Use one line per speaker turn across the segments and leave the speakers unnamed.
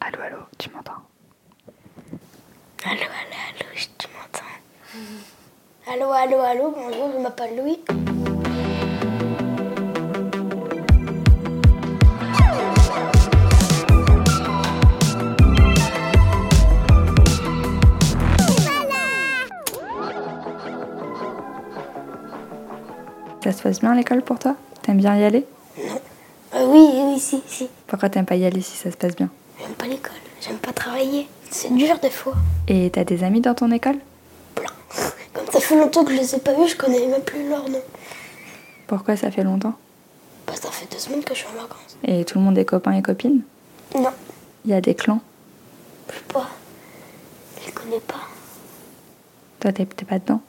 Allô, allô, tu m'entends
Allô, allô, allô, je- tu m'entends Allô, allô, allô, bonjour, je m'appelle Louis.
Ça se passe bien à l'école pour toi T'aimes bien y aller
Euh, oui, oui, si, si.
Pourquoi t'aimes pas y aller si ça se passe bien
J'aime pas l'école, j'aime pas travailler. C'est dur des fois.
Et t'as des amis dans ton école
Plein. Comme ça fait longtemps que je les ai pas vus, je connais même plus leur nom.
Pourquoi ça fait longtemps
Bah, ça fait deux semaines que je suis en vacances.
Et tout le monde est copain et copine
Non,
Il y a des clans
je sais pas. Je les connais pas.
Toi, t'es t'es pas dedans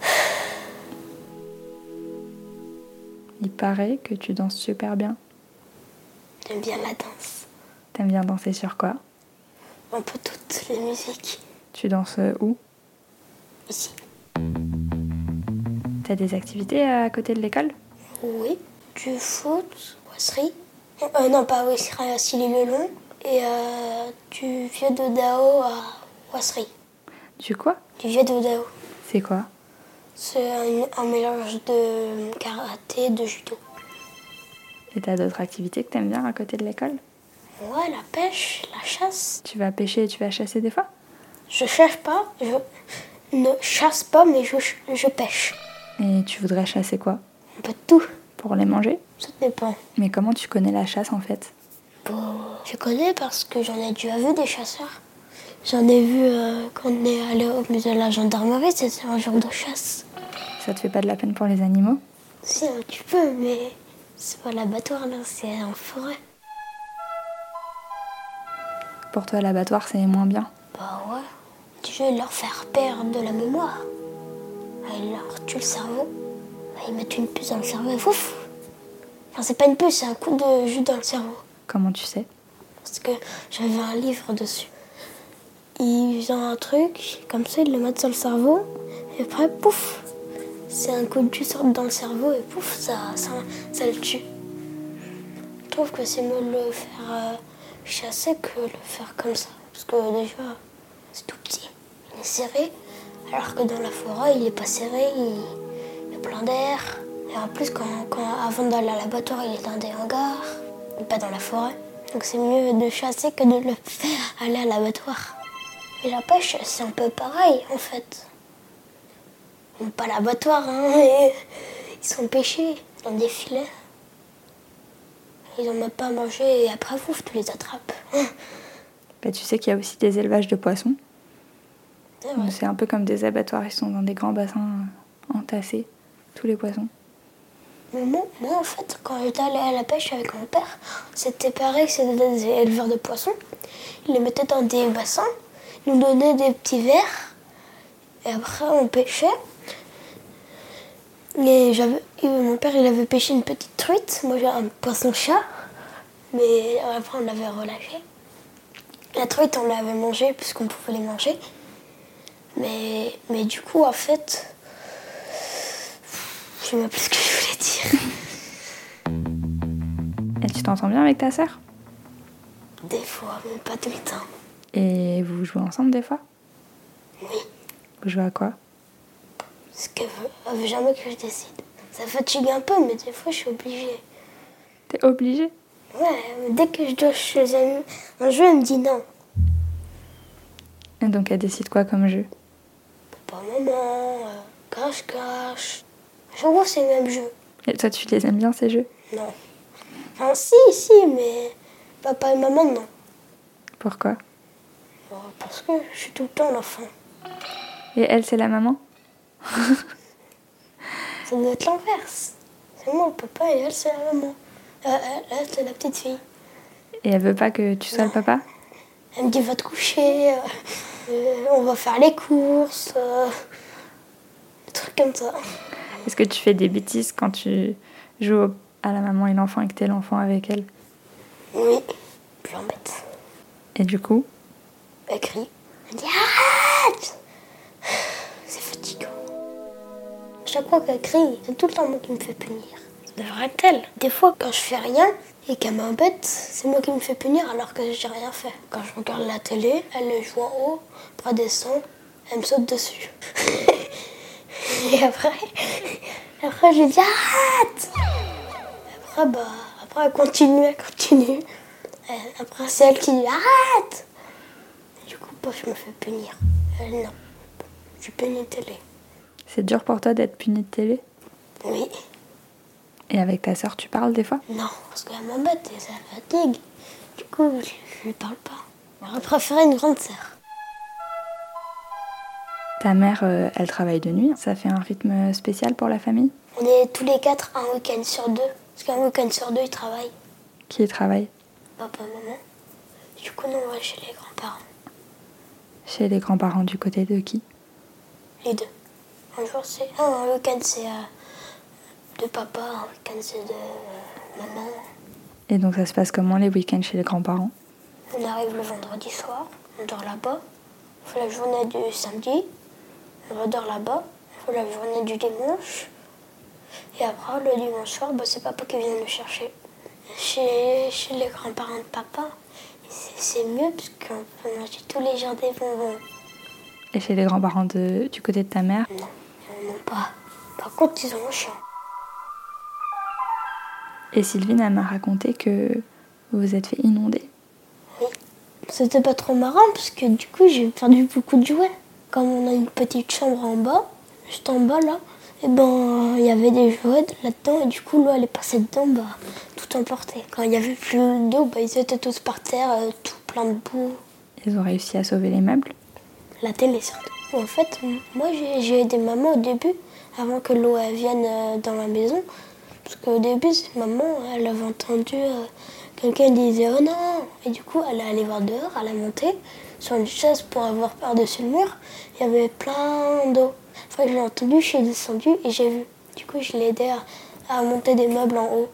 Il paraît que tu danses super bien.
J'aime bien la danse.
T'aimes bien danser sur quoi
Un peu toutes les musiques.
Tu danses euh, où
Ici.
T'as des activités à côté de l'école
Oui. Du foot, brasserie. Euh, non, pas brasserie, à Silly le long. Et euh, du vieux de Dao à brasserie.
Du quoi
Du vieux de Dao.
C'est quoi
C'est un, un mélange de karaté et de judo.
Et t'as d'autres activités que t'aimes bien à côté de l'école
Ouais, la pêche, la chasse.
Tu vas pêcher et tu vas chasser des fois
Je cherche pas, je ne chasse pas, mais je, ch- je pêche.
Et tu voudrais chasser quoi
Un peu de tout,
Pour les manger
ça dépend.
Mais comment tu connais la chasse en fait
Bon, je connais parce que j'en ai déjà vu des chasseurs. J'en ai vu euh, quand on est allé au musée de la gendarmerie, c'était un genre de chasse.
Ça te fait pas de la peine pour les animaux
Si, un petit peu, mais c'est pas l'abattoir là, c'est en forêt.
Pour toi, l'abattoir, c'est moins bien.
Bah ouais, tu veux leur faire perdre de la mémoire. Ah, Ils leur tuent le cerveau. Ah, Ils mettent une puce dans le cerveau et fouf Enfin, c'est pas une puce, c'est un coup de jus dans le cerveau.
Comment tu sais
Parce que j'avais un livre dessus. Ils ont un truc, comme ça, ils le mettent sur le cerveau, et après, pouf C'est un coup de jus sort dans le cerveau, et pouf, ça, ça, ça le tue. Je trouve que c'est mieux de le faire euh, chasser que le faire comme ça. Parce que déjà, c'est tout petit, il est serré, alors que dans la forêt, il est pas serré, il, il y a plein d'air. Et en plus, quand, quand- avant d'aller à l'abattoir, il est dans des hangars, et pas dans la forêt. Donc c'est mieux de chasser que de le faire aller à l'abattoir. Et la pêche, c'est un peu pareil en fait. Bon, pas l'abattoir, hein, mais ils sont pêchés dans des filets. Ils en ont pas mangé et après, fouf, tu les attrapes. Hum,
Bah, tu sais qu'il y a aussi des élevages de poissons.
c'est
Donc,
vrai.
C'est un peu comme des abattoirs, ils sont dans des grands bassins euh, entassés, tous les poissons.
Mais moi, moi, en fait, quand j'étais allée à la pêche avec mon père, c'était pareil, c'était des éleveurs de poissons. Ils les mettaient dans des bassins, ils nous donnaient des petits verres, et après on pêchait. Et j'avais, et mon père, il avait pêché une petite truite, moi j'ai un poisson-chat, mais après on l'avait relâché. La truite, on l'avait mangée puisqu'on pouvait les manger. Mais, mais du coup, en fait, je sais même plus ce que je voulais dire.
Et tu t'entends bien avec ta sœur
Des fois, mais pas tout le temps.
Et vous jouez ensemble des fois
Oui,
Vous jouez à quoi
ce qu'elle veut. Elle veut jamais que je décide. Ça fatigue un peu, mais des fois, je suis obligée.
T'es obligé
Ouais, mais dès que je dois choisir un- un jeu, elle me dit non.
Et donc elle décide quoi comme jeu
Papa, maman, euh, cache-cache. Je vois ces mêmes jeux.
Et toi, tu les aimes bien ces jeux
Non. Enfin, si, si, mais papa et maman, non.
Pourquoi
Euh, Parce que je suis tout le temps l'enfant.
Et elle, c'est la maman
Ça doit être l'inverse. C'est moi le papa et elle, c'est la maman. Euh, elle, elle, c'est la petite fille.
Et elle veut pas que tu sois le papa
Elle me dit va te coucher, euh, euh, on va faire les courses, euh, des trucs comme ça.
Est-ce que tu fais des bêtises quand tu joues au- à la maman et l'enfant et que t'es l'enfant avec elle
Oui, je l'embête.
Et du coup
Elle crie. Elle me dit arrête C'est fatigant. À Chaque fois qu'elle crie, c'est tout le temps moi qui me fait punir. Ça devrait être elle. Des fois, quand je fais rien, et qu'elle m'embête, c'est moi qui me fais punir alors que j'ai rien fait. Quand je regarde la télé, elle le joue en haut, pas descend, elle me saute dessus. et après, après je lui dis arrête Après, bah, après elle continue, elle continue. Et après, c'est elle qui dit arrête Du coup, bah, je me fais punir. Elle, non, je suis punie de télé.
C'est dur pour toi d'être puni de télé
Oui.
Et avec ta sœur, tu parles des fois
Non, parce qu'elle m'embête et ça la fatigue. Du coup, je ne parle pas. J'aurais préféré une grande sœur.
Ta mère, euh, elle travaille de nuit. Ça fait un rythme spécial pour la famille
On est tous les quatre un week-end sur deux. Parce qu'un week-end sur deux, ils travaillent.
Qui y travaille
Papa, maman. Du coup, nous, on va chez les grands-parents.
Chez les grands-parents du côté de qui
Les deux. Un jour, c'est. ah, un week-end, c'est euh, de papa. Un week-end, c'est de euh, maman.
Et donc ça se passe comment les week-ends chez les grands-parents
On arrive le vendredi soir. On dort là-bas. On fait la journée du samedi. On redort là-bas. On fait la journée du dimanche. Et après, le dimanche soir, bah, c'est papa qui vient nous chercher. Chez, chez les grands-parents de papa, c'est c'est mieux parce qu'on peut manger tous les jours des bonbons.
Et chez les grands-parents de- du côté de ta mère
Non, ils n'en ont pas. Par contre, ils ont un chien.
Et Sylvine, elle m'a raconté que vous vous êtes fait inonder.
C'était pas trop marrant parce que du coup j'ai perdu beaucoup de jouets. Comme on a une petite chambre en bas, juste en bas là, et ben il y avait des jouets de- là-dedans et du coup l'eau elle est passée dedans, bah tout emporté. Quand il y avait plus d'eau, bah ils étaient tous par terre, euh, tout plein de boue.
Ils ont réussi à sauver les meubles.
La télé surtout. En fait, m- moi j'ai- j'ai aidé maman au début, avant que l'eau elle vienne euh, dans la maison. Parce qu'au début, c'est- maman, elle avait entendu euh, quelqu'un disait Oh non Et du coup, elle est allée voir dehors, elle a monté sur une chaise pour avoir par-dessus le mur. Il y avait plein d'eau. Après, je l'ai entendu, je suis descendue et j'ai vu. Du coup, je l'ai aidé à, à monter des meubles en haut.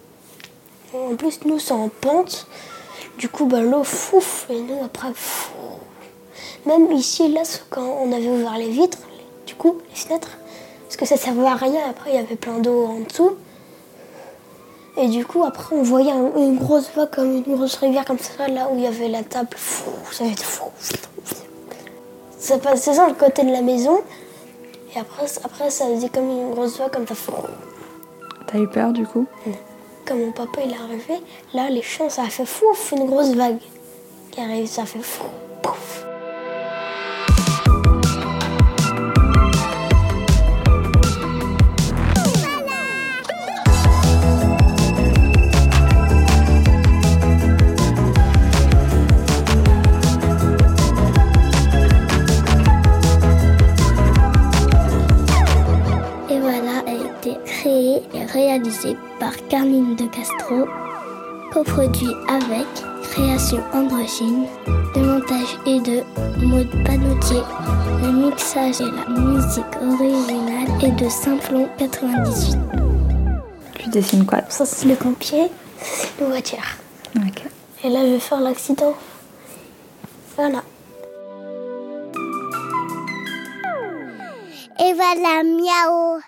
En plus, nous, c'est en pente. Du coup, bah, l'eau, fouf Et nous, après, fouf même ici, là, c'est quand on avait ouvert les vitres, les- du coup, les fenêtres, parce que ça servait à rien, après il y avait plein d'eau en dessous. Et du coup, après, on voyait un- une grosse vague, comme une grosse rivière, comme ça, là où il y avait la table. Fou, Ça fait fou. Ça passait sur le côté de la maison. Et après, après ça faisait comme une grosse vague, comme ça. fou.
T'as eu peur du coup
Quand mon papa il est arrivé, là, les champs, ça a fait fouf, une grosse vague qui arrive, ça a fait fou, pouf.
Et voilà, a été créé et réalisé par Carmine de Castro, coproduit avec Création Androgyne, le montage et de Maud Panotier, le mixage et la musique originale est de Simplon 98.
Tu dessines quoi
Ça, c'est le pompier, ça, c'est une voiture.
Ok.
Et là, je vais faire l'accident. Voilà.
Et voilà, miaou